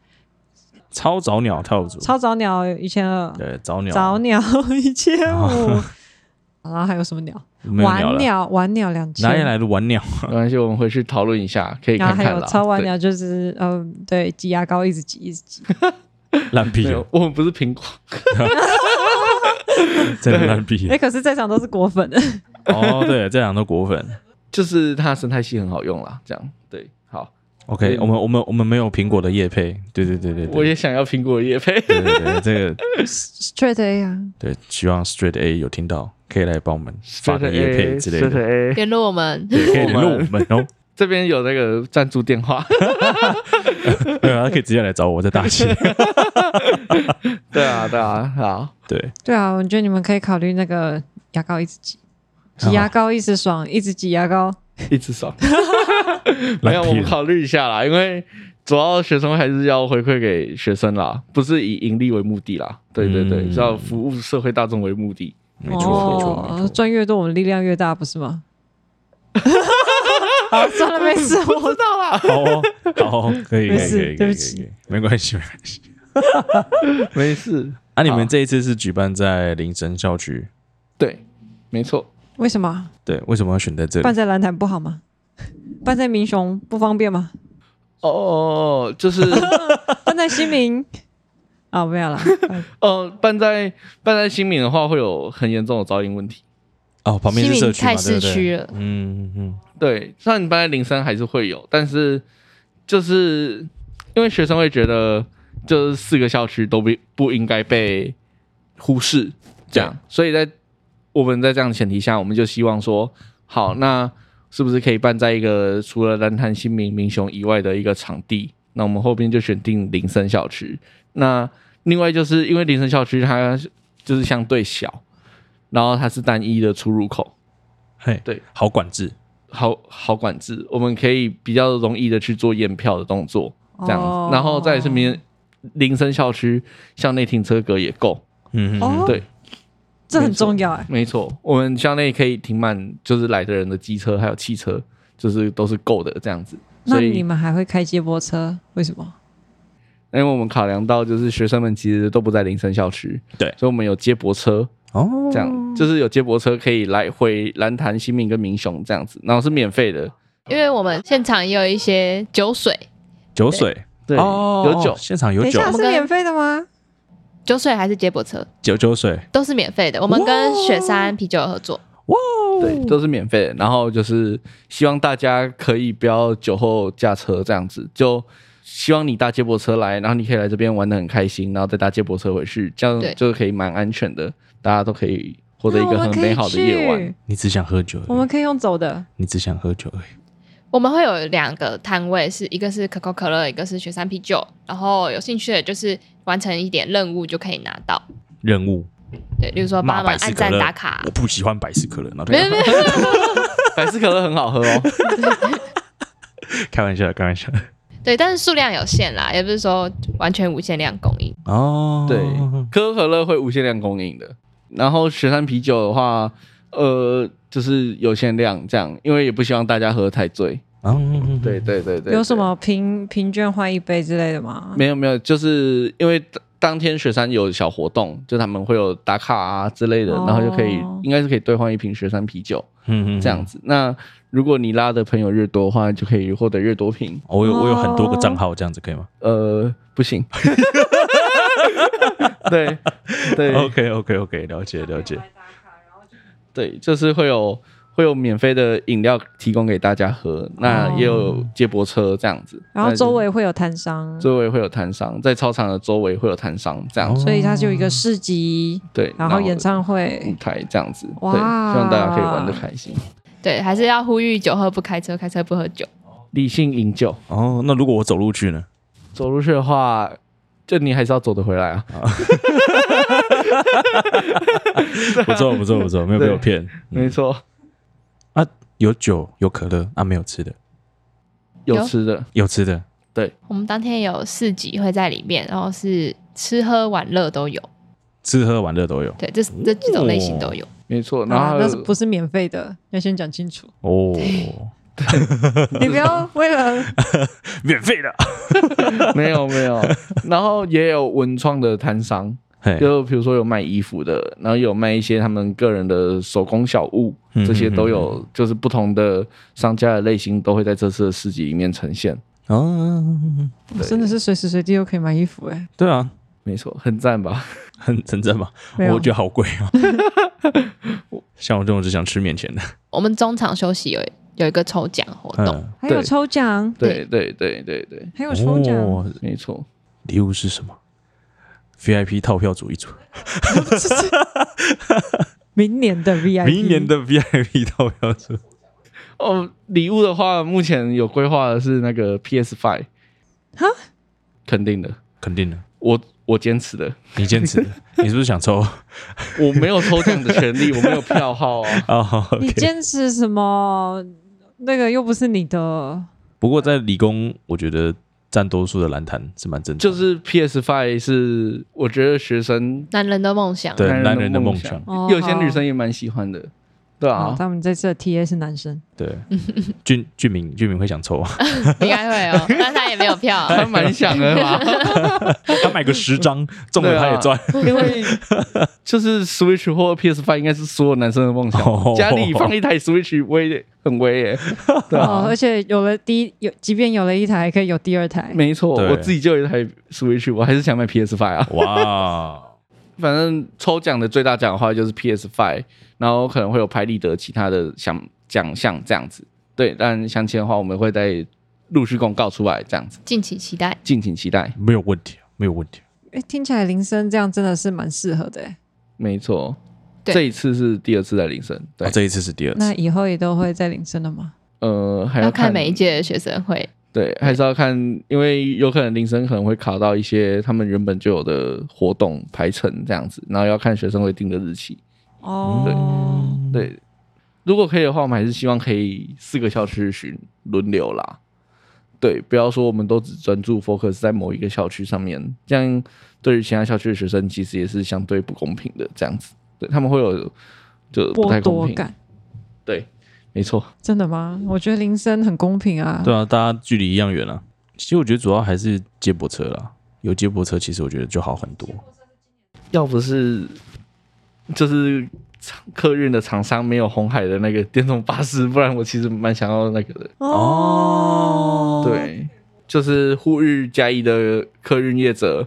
Speaker 1: 超早鸟套组，
Speaker 2: 超早鸟一千二，
Speaker 1: 对早鸟
Speaker 2: 早鸟一千五， <laughs> 然后还有什么鸟？
Speaker 1: 没有鸟
Speaker 2: 晚
Speaker 1: 了，
Speaker 2: 鸟晚鸟两千，
Speaker 1: 哪里来的晚鸟？
Speaker 3: 没关系，我们回去讨论一下，可以
Speaker 2: 然后
Speaker 3: 看
Speaker 2: 还
Speaker 3: 看
Speaker 2: 有
Speaker 3: 啦。
Speaker 2: 超晚
Speaker 3: 对
Speaker 2: 鸟就是嗯，对，挤牙膏一直挤一直挤，
Speaker 1: 烂屁了
Speaker 3: 没有，，我们不是苹果，
Speaker 1: 真的烂屁了
Speaker 2: 哎，。可是在场都是果粉，
Speaker 1: 哦，对，这两都果粉。
Speaker 3: 就是它的生态系很好用啦。这样对，好，
Speaker 1: OK，
Speaker 3: 对
Speaker 1: 我们我们我们没有苹果的叶配，对对对对
Speaker 3: 我
Speaker 1: 对，
Speaker 3: 也想要苹果叶
Speaker 1: <laughs>
Speaker 3: 配。
Speaker 1: 对对对，这个
Speaker 2: straight A 啊，
Speaker 1: 对，希望 Straight A 有听到，可以来帮我们发个叶配之类
Speaker 3: 是的
Speaker 1: 的，
Speaker 3: 哎
Speaker 4: 联络我们，
Speaker 1: 对，可以联络我们哦。
Speaker 3: 这边有那个赞助电
Speaker 1: <laughs>
Speaker 3: 话，
Speaker 1: 对啊，他可以直接来找我，在大溪。
Speaker 3: 对啊，对啊，好，
Speaker 1: 对，
Speaker 2: 对啊，我觉得你们可以考虑那个牙膏一直挤，挤牙膏一直爽，一直挤牙膏。
Speaker 3: 一直
Speaker 1: <laughs>
Speaker 3: 爽。没有，我
Speaker 1: 烂
Speaker 3: 们
Speaker 1: 屁了
Speaker 3: 考虑一下啦，因为主要学生会还是要回馈给学生啦，不是以盈利为目的啦。对对对，
Speaker 1: 嗯
Speaker 3: 是要服务社会大众为
Speaker 1: <laughs>
Speaker 3: 目的。
Speaker 1: 没错没错没
Speaker 2: 哦
Speaker 1: 错。
Speaker 2: 赚越多我们力量越大，不是
Speaker 3: <laughs>
Speaker 2: 吗？好，算了，没事，我
Speaker 3: 到啦，
Speaker 1: 好哦，好哦，可以可
Speaker 2: 没
Speaker 1: 以
Speaker 2: 事
Speaker 1: 可以可
Speaker 2: 对
Speaker 1: 以可
Speaker 2: 不
Speaker 1: 以
Speaker 2: 起
Speaker 1: 可以，没关系没关系。
Speaker 3: <laughs> 没事，
Speaker 1: 啊，你
Speaker 3: 好
Speaker 1: 们这一次是举办在林森校区，
Speaker 3: 对，没错。
Speaker 2: 为什么
Speaker 1: 对，为什么要选在这
Speaker 2: 办
Speaker 1: 里？
Speaker 2: 在蓝潭不好吗？办在民雄不方便吗？
Speaker 3: 哦，
Speaker 1: <laughs>
Speaker 3: 就是
Speaker 2: 办在新民 <laughs> 啊，不要了，
Speaker 3: 哦，办在办在新民的话，会有很严重的噪音问题。
Speaker 1: 哦，旁边是
Speaker 4: 西
Speaker 1: 社
Speaker 4: 敏
Speaker 1: 区嘛，
Speaker 4: 太
Speaker 1: 对
Speaker 4: 市
Speaker 1: 不
Speaker 4: 区
Speaker 1: 对？
Speaker 4: 了，
Speaker 1: 嗯嗯嗯，
Speaker 3: 对，虽然你搬在林森还是会有，但是就是因为学生会觉得，就是四个校区都不不应该被忽视，这样，所以在我们在这样的前提下，我们就希望说，好，那是不是可以办在一个除了蓝潭、新民、民雄以外的一个场地？那我们后边就选定林森校区。那另外就是因为林森校区它就是相对小，然后它是单一的出入口，
Speaker 1: 嘿，
Speaker 3: 对，
Speaker 1: 好管制，
Speaker 3: 好好管制，我们可以比较容易的去做验票的动作， <laughs> 这样子。
Speaker 2: 哦
Speaker 3: 然后再来是民林森校区校内停车格也够，
Speaker 1: 嗯嗯嗯
Speaker 2: 哦，
Speaker 3: 对，
Speaker 2: 这很重要哎。
Speaker 3: 没错，我们校内可以停满就是来的人的机车还有汽车，就是都是够的这样子。
Speaker 2: 那
Speaker 3: 所
Speaker 2: 你
Speaker 3: 以，
Speaker 2: 们还会开接驳车？为什么？
Speaker 3: 因为我们考量到就是学生们其实都不在林森校区，
Speaker 1: 对
Speaker 3: 所以我们有接驳车，
Speaker 1: 哦
Speaker 3: 这样就是有接驳车可以来回蓝潭、新民跟民雄这样子，然后是免费的，
Speaker 4: 因为我们现场也有一些酒水，
Speaker 1: 酒水
Speaker 3: 对，
Speaker 1: 哦，
Speaker 3: 有酒
Speaker 1: 哦，现场有
Speaker 2: 等一
Speaker 1: 酒
Speaker 2: 下是免费的吗？
Speaker 4: 酒水还是接驳车
Speaker 1: 酒酒水，
Speaker 4: 都是免费的。我们跟雪山啤酒有合作，
Speaker 1: 哇，
Speaker 3: 对，
Speaker 2: 哦
Speaker 3: 都是免费的。然后就是希望大家可以不要酒后驾车这样子，就希望你搭接驳车来，然后你可以来这边玩的很开心，然后再搭接驳车回去，这样
Speaker 4: 对
Speaker 3: 就可以蛮安全的，大家都可以获得一
Speaker 2: 那我
Speaker 3: 个
Speaker 2: 们
Speaker 3: 很
Speaker 2: 可以
Speaker 3: 美好的夜晚
Speaker 2: 去。，
Speaker 1: 你只想喝酒而已，
Speaker 2: 我们可以用走的。
Speaker 1: 你只想喝酒而已。
Speaker 4: 我们会有两个摊位，是一个是可口可乐，一个是雪山啤酒。然后有兴趣的就是完成一点任务就可以拿到，
Speaker 1: 任务，
Speaker 4: 对，例如说帮
Speaker 1: 骂
Speaker 4: 我们
Speaker 1: 百事
Speaker 4: 按
Speaker 1: 可
Speaker 4: 赞
Speaker 1: 乐 <laughs>
Speaker 4: 打卡
Speaker 1: 我。不喜欢百事可乐，然后就
Speaker 4: 没有没有，没有
Speaker 3: 百事可乐很好喝哦，
Speaker 1: 开玩笑的，开玩笑的。
Speaker 4: <laughs> 对，但是数量有限啦，也不是说完全无限量供应。
Speaker 1: 哦，
Speaker 3: <laughs> 对，可口可乐会无限量供应的。然后雪山啤酒的话，呃，就是有限量这样，因为也不希望大家喝太醉。
Speaker 1: 嗯，
Speaker 3: 对对对对，
Speaker 2: 有什
Speaker 3: 对
Speaker 2: 么平平券换一杯之类的吗？
Speaker 3: 没有没有，就是因为当当天雪山有小活动，就他们会有打卡啊之类的，
Speaker 2: 哦
Speaker 3: 然后就可以应该是可以兑换一瓶雪山啤酒
Speaker 1: 嗯嗯
Speaker 3: 这样。子。那如果你拉的朋友越多的话，就可以获得越多瓶。
Speaker 1: 哦我有我
Speaker 4: 哦
Speaker 1: 有很多个账号，这样子可以吗
Speaker 3: 呃，不行。 <laughs> 对对
Speaker 1: ？OK OK OK，了解了解。
Speaker 3: 对，就是会有会有免费的饮料提供给大家喝，那也有接驳车这样子，
Speaker 2: 哦然后
Speaker 3: 那就
Speaker 2: 周围会有摊商，
Speaker 3: 周围会有摊商，在操场的周围会有摊商这样子。
Speaker 2: 所以它就有一个市集，
Speaker 3: 对，
Speaker 2: 哦然后演唱
Speaker 3: 舞
Speaker 2: 会。
Speaker 3: 台这样子，对，
Speaker 2: 哇
Speaker 3: 希望大家可以玩的开心，
Speaker 4: 对，还是要呼吁酒后不开车，开车不喝酒。
Speaker 3: 理性饮酒。
Speaker 1: 哦，那如果我走路去呢？
Speaker 3: 走路去的话，就你还是要走得回来啊。
Speaker 1: 不错不错不错，没有被我骗。嗯
Speaker 3: 没错，
Speaker 1: 有酒有可乐啊，没有吃的，
Speaker 3: 有
Speaker 4: 有
Speaker 3: 吃的，
Speaker 1: 有吃的
Speaker 3: 对，
Speaker 4: 我们当天有四集会在里面，然后是吃喝玩乐都有，
Speaker 1: 吃喝玩乐都有
Speaker 4: 对，这这几种类型都有。
Speaker 3: 没错。然
Speaker 2: 啊
Speaker 3: 后、，
Speaker 2: 那是不是免费的？要先讲清楚，
Speaker 1: 哦，
Speaker 2: 你不要为了
Speaker 1: 免费的，
Speaker 3: <laughs> 没有没有，然后也有文创的摊商，
Speaker 1: 嘿
Speaker 3: 就比如说有卖衣服的，然后也有卖一些他们个人的手工小物，这些都
Speaker 1: 嗯
Speaker 3: 有，就是不同的商家的类型都会在这次的市集里面呈现。
Speaker 1: 嗯哦，
Speaker 2: 我真的是随时随地都可以买衣服哎、
Speaker 1: 对啊， <laughs>
Speaker 3: 没错，很赞吧？
Speaker 1: 很很正吧？
Speaker 2: 没有
Speaker 1: 我觉得好贵啊。 <laughs> 像我这种只想吃面前的，
Speaker 4: 我们中场休息有有一个抽奖活动，
Speaker 1: 嗯，
Speaker 2: 还有
Speaker 3: 对
Speaker 2: 抽奖，
Speaker 3: 对对对对对，
Speaker 2: 还有抽奖，
Speaker 1: 哦
Speaker 3: 没错。
Speaker 1: 礼物是什么？VIP 套票组一组，
Speaker 2: <laughs> 明年的 VIP，
Speaker 1: 明年的 VIP 套票组，
Speaker 3: 哦，礼物的话，目前有规划的是那个 PS Five，
Speaker 2: 哈，
Speaker 3: 肯定的，
Speaker 1: 肯定的，
Speaker 3: 我我坚持的，
Speaker 1: 你坚持的， <laughs> 你是不是想抽？
Speaker 3: 我没有抽奖的权
Speaker 2: <laughs>
Speaker 3: 利，我没有票号啊。
Speaker 1: 哦好
Speaker 2: 你
Speaker 1: ，OK。
Speaker 2: 坚持什么？那个又不是你
Speaker 3: 啊
Speaker 2: 的，
Speaker 1: 不过在理工，我觉得占多数的蓝坛是蛮正常的，
Speaker 3: 就是 PS Five 是我觉得学生
Speaker 4: 男人的梦想。
Speaker 1: 对
Speaker 3: 男
Speaker 1: 男
Speaker 3: 人
Speaker 1: 人
Speaker 3: 的
Speaker 1: 的
Speaker 3: 梦
Speaker 1: 梦
Speaker 3: 想
Speaker 1: 想，
Speaker 2: 哦、
Speaker 3: 有些女生也蛮喜欢的，对
Speaker 2: 好、
Speaker 3: 啊
Speaker 2: 哦，，他们这次的 TA 是男生，
Speaker 1: 对，俊俊明俊明会想抽啊，
Speaker 2: <laughs>
Speaker 4: 应该会哦，但他也没
Speaker 3: <laughs>
Speaker 4: 有票。
Speaker 3: 他蛮想的吧？
Speaker 2: <laughs>
Speaker 1: 他买个十张中了他也赚，
Speaker 2: <laughs>
Speaker 3: 因为就是 Switch 或 PS Five 应该是所有男生的梦想
Speaker 1: 哦，
Speaker 3: 家里放一台 Switch 威很威耶，对
Speaker 2: 哦，
Speaker 3: 啊
Speaker 2: 而。且有了第一，有即便有了一台，还可以有第二台，
Speaker 3: 没错，
Speaker 1: 对
Speaker 3: 我自己就有一台 Switch，我还是想买 PS Five
Speaker 1: <laughs>
Speaker 3: 啊。
Speaker 1: 哇，
Speaker 3: 反正抽奖的最大奖的话就是 PS Five，然后可能会有拍立得其他的奖奖项这样子。对，但详情的话我们会再陆续公告出来，这样子，
Speaker 4: 敬请期待。
Speaker 3: 敬请期待。
Speaker 1: 没有问题，啊没有问题，
Speaker 2: 哎，听起来铃声这样真的是蛮适合的哎。
Speaker 3: 没错，
Speaker 4: 对啊
Speaker 3: 这一次是第二次在铃声，对，
Speaker 1: 哦这一次是第二
Speaker 2: 那
Speaker 1: 次，
Speaker 2: 以后也都会在铃声了吗？
Speaker 3: 呃还
Speaker 4: 要
Speaker 3: 要
Speaker 4: 看每一，届的学生会，
Speaker 3: 对，还是要看，因为有可能铃声可能会卡到一些他们原本就有的活动排程这样子，然后要看学生会定的日期。
Speaker 2: 哦，
Speaker 3: 对，如果可以的话，我们还是希望可以四个校区巡轮流啦。对，不要说我们都只专注 focus 在某一个校区上面，这样对于其他校区的学生其实也是相对不公平的。这样子，对他们会有就不太
Speaker 2: 剥
Speaker 3: 公
Speaker 2: 夺
Speaker 3: 平。
Speaker 2: 感，
Speaker 3: 对，没错，
Speaker 2: 真的吗？我觉得铃声很公平啊。
Speaker 1: 对啊，大家距离一样远啊。其实我觉得主要还是接驳车啦，有接驳车，其实我觉得就好很多。
Speaker 3: 要不是就是厂客运的厂商没有红海的那个电动巴士，不然我其实蛮想要那个的。
Speaker 2: 哦，
Speaker 3: 对，就是呼吁嘉义的客运业者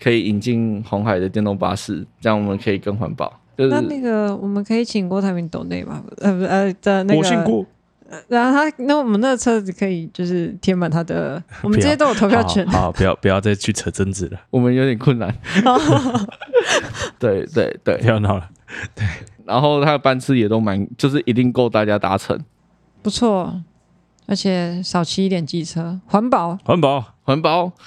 Speaker 3: 可以引进红海的电动巴士，这样我们可以更环保。就
Speaker 2: 那那
Speaker 3: 是
Speaker 2: 个我们可以请郭台铭抖内吗？呃不呃的那个，
Speaker 1: 我姓郭，
Speaker 2: 然后他那我们那个车子可以就是填满他的，我们
Speaker 1: 不
Speaker 2: 这
Speaker 1: 要
Speaker 2: 些都有投票权
Speaker 1: 好。好，好不要不要再去扯争执了，
Speaker 3: 我们有点困难。
Speaker 2: 哦
Speaker 3: <laughs> 对对对
Speaker 1: 不，要闹了。
Speaker 3: 然后它的班次也都蛮，就是一定够大家达成。
Speaker 2: 不错，而且少骑一点机车，环保。
Speaker 1: 环保，哦
Speaker 3: 环保，环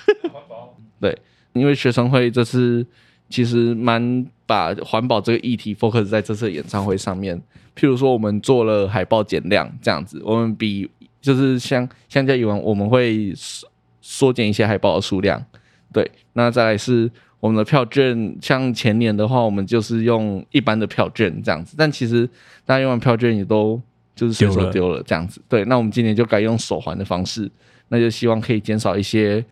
Speaker 3: 保。对，因为学生会这次其实蛮把环保这个议题 focus 在这次的演唱会上面。譬如说，我们做了海报减量这样子，我们比就是相相较以往，我们会缩缩减一些海报的数量。对，那再来是我们的票券，像前年的话，我们就是用一般的票券这样子，但其实大家用完票券也都就是随手
Speaker 1: 丢了
Speaker 3: 丢了这样子。对，那我们今年就改用手环的方式，那就希望可以减少一些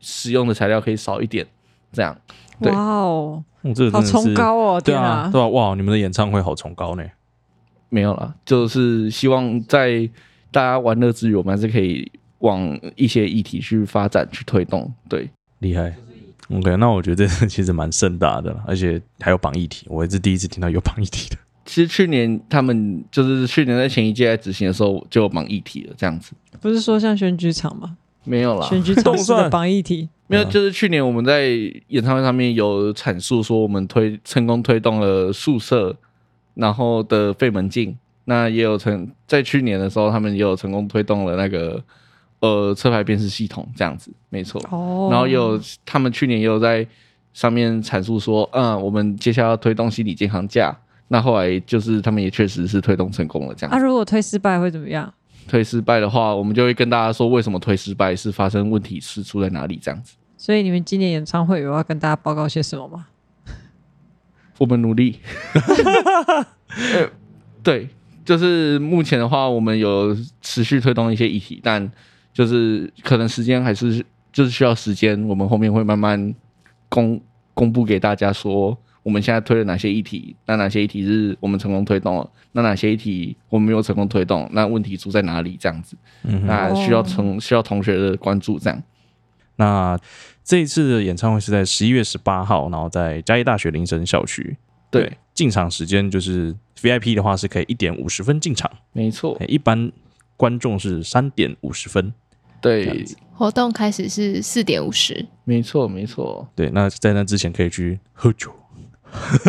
Speaker 3: 使用的材料，可以少一点，这样对
Speaker 2: 哇哦，
Speaker 1: 我这个
Speaker 2: 好
Speaker 1: 真的
Speaker 2: 崇
Speaker 1: 是
Speaker 2: 高哦！
Speaker 1: 对
Speaker 2: 天
Speaker 1: 啊，
Speaker 2: 啊，
Speaker 1: 对啊，哇，你们的演唱会好崇高呢。
Speaker 3: 没有啦，就是希望在大家玩乐之余，我们还是可以往一些议题去发展、去推动。对，
Speaker 1: 厉害。OK，那我觉得这其实蛮盛大的了，而且还有榜一题，我也是第一次听到有榜一题的。
Speaker 3: 其实去年他们就是去年在前一届在执行的时候就有忙议题了，这样子
Speaker 2: 不是说像选举场吗？
Speaker 3: 没有啦，
Speaker 2: 选举场
Speaker 1: 动
Speaker 2: 是的
Speaker 1: 算
Speaker 2: 榜议题，
Speaker 3: 没有，
Speaker 1: 嗯
Speaker 3: 就是去年我们在演唱会上面有阐述说，我们推成功推动了宿舍，然后的费门禁，那也有成在去年的时候，他们也有成功推动了那个呃车牌辨识系统这样子，没错。
Speaker 2: 哦，
Speaker 3: 然后也有他们去年也有在上面阐述说，嗯，我们接下来要推动心理健康假，那后来就是他们也确实是推动成功了这样
Speaker 2: 啊，
Speaker 3: 子。
Speaker 2: 如果推失败会怎么样？
Speaker 3: 推失败的话，我们就会跟大家说为什么推失败是发生问题是出在哪里这样子。
Speaker 2: 所以你们今年演唱会有要跟大家报告些什么吗？
Speaker 3: 我们
Speaker 1: <laughs>
Speaker 3: 努力。呃对，就是目前的话，我们有持续推动一些议题，但就是可能时间还是就是需要时间，我们后面会慢慢公公布给大家说。我们现在推了哪些议题？那哪些议题是我们成功推动了？那哪些议题我们没有成功推动？那问题出在哪里？这样子，
Speaker 1: 嗯哼，
Speaker 3: 那需要同需要同学的关注。这样，
Speaker 1: 那这一次的演唱会是在十一月十八号，然后在嘉义大学林森校区。
Speaker 3: 对，
Speaker 1: 进场时间就是 VIP 的话是可以一点五十分进场，
Speaker 3: 没错
Speaker 1: 哎，一般观众是三点五十分。这样
Speaker 3: 对，
Speaker 4: 活动开始是四点五十，
Speaker 3: 没错，没错，
Speaker 1: 对，那在那之前可以去喝酒， <laughs>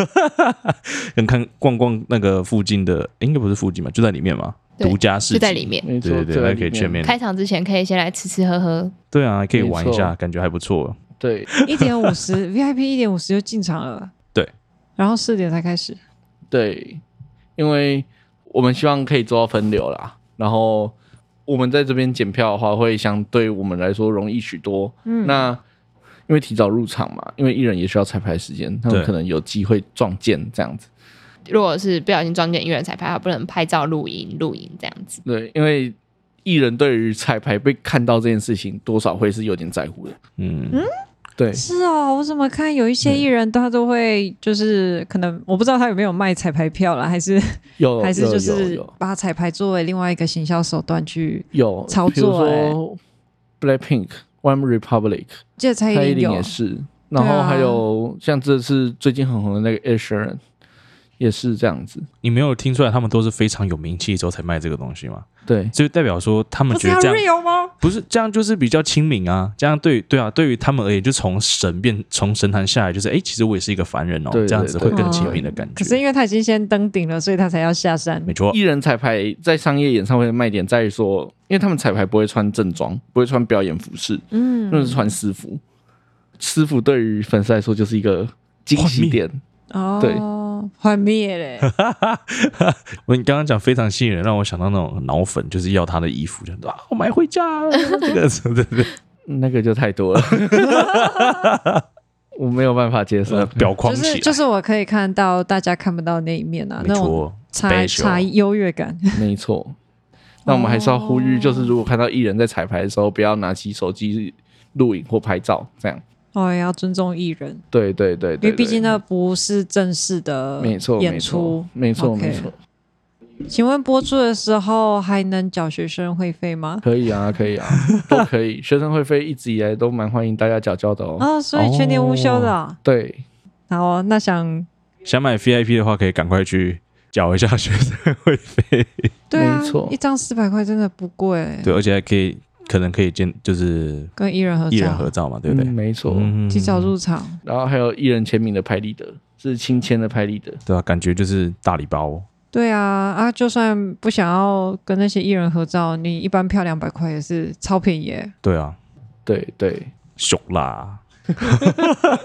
Speaker 1: 跟看逛逛那个附近的，诶应该不是附近吧，就在里面嘛，
Speaker 4: 对
Speaker 1: 独家市
Speaker 4: 就
Speaker 1: 集
Speaker 4: 在里。面。
Speaker 3: 没错，
Speaker 1: 对对
Speaker 3: 这
Speaker 1: 对，
Speaker 3: 个
Speaker 1: 那可以
Speaker 3: 里
Speaker 1: 全
Speaker 3: 面
Speaker 1: 面。
Speaker 4: 开场之前可以先来吃吃喝喝，
Speaker 1: 对啊，可以玩一
Speaker 3: 没
Speaker 1: 下，
Speaker 3: 错
Speaker 1: 感觉还不错。
Speaker 3: 对，
Speaker 2: <laughs> 一点五十 VIP 一点五十就进场了，
Speaker 1: 对，
Speaker 2: 然后四点才开始。
Speaker 3: 对，因为我们希望可以做到分流啦。然后我们在这边检票的话，会相对我们来说容易许多。
Speaker 2: 嗯
Speaker 3: 那因为提早入场嘛，因为艺人也需要彩排时间，他们
Speaker 1: 对
Speaker 3: 可能有机会撞见这样子。
Speaker 4: 如果是不小心撞见音乐彩排，他不能拍照、录音、录音这样子。
Speaker 3: 对，因为艺人对于彩排被看到这件事情，多少会是有点在乎的。
Speaker 1: 嗯，
Speaker 3: 对，
Speaker 2: 是哦，我怎么看有一些艺人他都会就是可能我不知道他有没有卖彩排票啦，还是 <laughs>
Speaker 3: 有
Speaker 2: 还是
Speaker 3: 有
Speaker 2: 就
Speaker 3: 有
Speaker 2: 是
Speaker 3: 有
Speaker 2: 把彩排作为另外一个行销手段去，
Speaker 3: 有
Speaker 2: 操
Speaker 3: 比如
Speaker 2: 作欸
Speaker 3: 说 Blackpink、One Republic，
Speaker 2: 记得蔡
Speaker 3: 蔡依
Speaker 2: 依林
Speaker 3: 林
Speaker 2: 有啊
Speaker 3: 也是，然后还有像这次最近很红的那个 Ed Sheeran 也是这样子。
Speaker 1: 你没有听出来他们都是非常有名气之后才卖这个东西吗？
Speaker 3: 对，
Speaker 1: 所以代表说他们
Speaker 4: 啊
Speaker 2: 不是
Speaker 1: 觉得
Speaker 2: 要
Speaker 1: 这样
Speaker 2: real 吗？
Speaker 1: 不是这样，就是比较亲民啊。这样对对啊，对于他们而言，就从神变从神坛下来，就是哎、诶其实我也是一个凡人哦，
Speaker 3: 对对
Speaker 1: 这样子会
Speaker 2: 对
Speaker 1: 更亲
Speaker 2: 对
Speaker 1: 民的感
Speaker 2: 可是
Speaker 1: 觉。
Speaker 2: 因为他已经先登顶了，所以他才要下山。
Speaker 1: 没错，
Speaker 3: 艺人彩排在商业演唱会的卖点在于说，因为他们彩排不会穿正装，不会穿表演服饰，
Speaker 2: 嗯
Speaker 3: 他们是穿私服。私服对于粉丝来说就是一个惊喜点，
Speaker 2: 哦，幻
Speaker 1: <laughs>
Speaker 2: 灭嘞，
Speaker 1: 我你刚刚讲非常吸引人，让我想到那种脑粉，就是要他的衣服，就是啊，我买回家
Speaker 2: <laughs>
Speaker 1: 啊这个，对对对，
Speaker 3: 那个就太多了，我没有办法接受
Speaker 1: 呃。表框
Speaker 2: 就
Speaker 1: 起
Speaker 2: 是
Speaker 1: 来，
Speaker 2: 就是我可以看到大家看不到那一面啊，
Speaker 1: 没
Speaker 2: 那种
Speaker 1: 错，
Speaker 2: 差
Speaker 1: special
Speaker 2: 差优越感。 <laughs>
Speaker 3: 没错。那我们还是要呼吁，
Speaker 2: 哦
Speaker 3: 就是如果看到艺人在彩排的时候，不要拿起手机录影或拍照，这样。
Speaker 2: 哦，也要尊重艺人，
Speaker 3: 对对对
Speaker 2: 因
Speaker 3: 对
Speaker 2: 为毕
Speaker 3: 对
Speaker 2: 竟那不是正式的
Speaker 3: 没错
Speaker 2: 演
Speaker 3: 没
Speaker 2: 出
Speaker 3: 错。没错
Speaker 2: OK
Speaker 3: 没错，
Speaker 2: 请问播出的时候还能缴学生会费吗？
Speaker 3: 可
Speaker 2: <laughs>
Speaker 3: 以啊可以啊都可以。学生会费一直以来都蛮欢迎大家缴交的哦。
Speaker 2: 哦，所以全年无休的啊、
Speaker 3: 对，
Speaker 2: 好哦，那想
Speaker 1: 想买 VIP 的话，可以赶快去缴一下学生会费，
Speaker 2: <laughs> 对啊
Speaker 3: 没错，
Speaker 2: 一张四百块真的不贵，
Speaker 1: 对，而且还可以可能可以见就是
Speaker 2: 跟艺人合
Speaker 1: 艺人合
Speaker 2: 照，
Speaker 1: 照嘛，对不对
Speaker 3: 嗯？没错。
Speaker 1: 嗯
Speaker 2: 提早入场，
Speaker 3: 然后还有艺人签名的拍立得，是亲签的拍立得。
Speaker 1: 对啊，感觉就是大礼包哦，
Speaker 2: 对啊啊，就算不想要跟那些艺人合照，你一般票两百块也是超便宜
Speaker 3: <laughs>
Speaker 2: 耶，
Speaker 1: 对啊，
Speaker 3: 对对，
Speaker 1: 熊啦，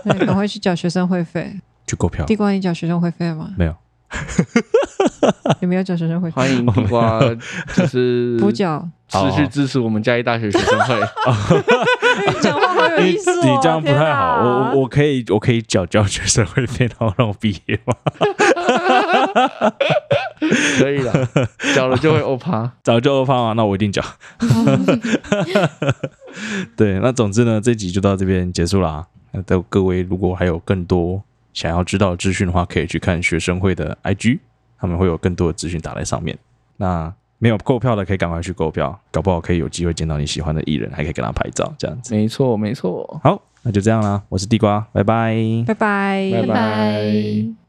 Speaker 2: 那赶快去缴学生会费。
Speaker 1: 去购票
Speaker 2: 地瓜，你缴学生会费
Speaker 3: <laughs>
Speaker 2: 吗？
Speaker 1: 没有？
Speaker 2: 你没有缴学生会费，
Speaker 1: <laughs>
Speaker 3: 欢迎地瓜，就是
Speaker 2: <laughs> 补缴。
Speaker 3: 持续支持我们嘉义大学学生
Speaker 1: <laughs>
Speaker 3: 会。
Speaker 2: 讲话好有
Speaker 1: 你
Speaker 2: 意思哦，
Speaker 1: 哎你这样不太好，
Speaker 2: 天哪
Speaker 1: 我我我可以我可以缴交学生会费，然后让我毕业吗？ <laughs>
Speaker 3: 可以了，缴了就会欧趴。
Speaker 1: 早就二发嘛，那我一定缴。 <laughs> 对，那总之呢，这集就到这边结束啦。那都各位如果还有更多想要知道的资讯的话，可以去看学生会的 IG，他们会有更多的资讯打在上面。那没有购票的可以赶快去购票，搞不好可以有机会见到你喜欢的艺人，还可以跟他拍照这样子。
Speaker 3: 没错没错，
Speaker 1: 好，那就这样啦，我是地瓜，拜拜。
Speaker 2: 拜拜，
Speaker 3: 拜
Speaker 4: 拜
Speaker 3: 拜
Speaker 4: 拜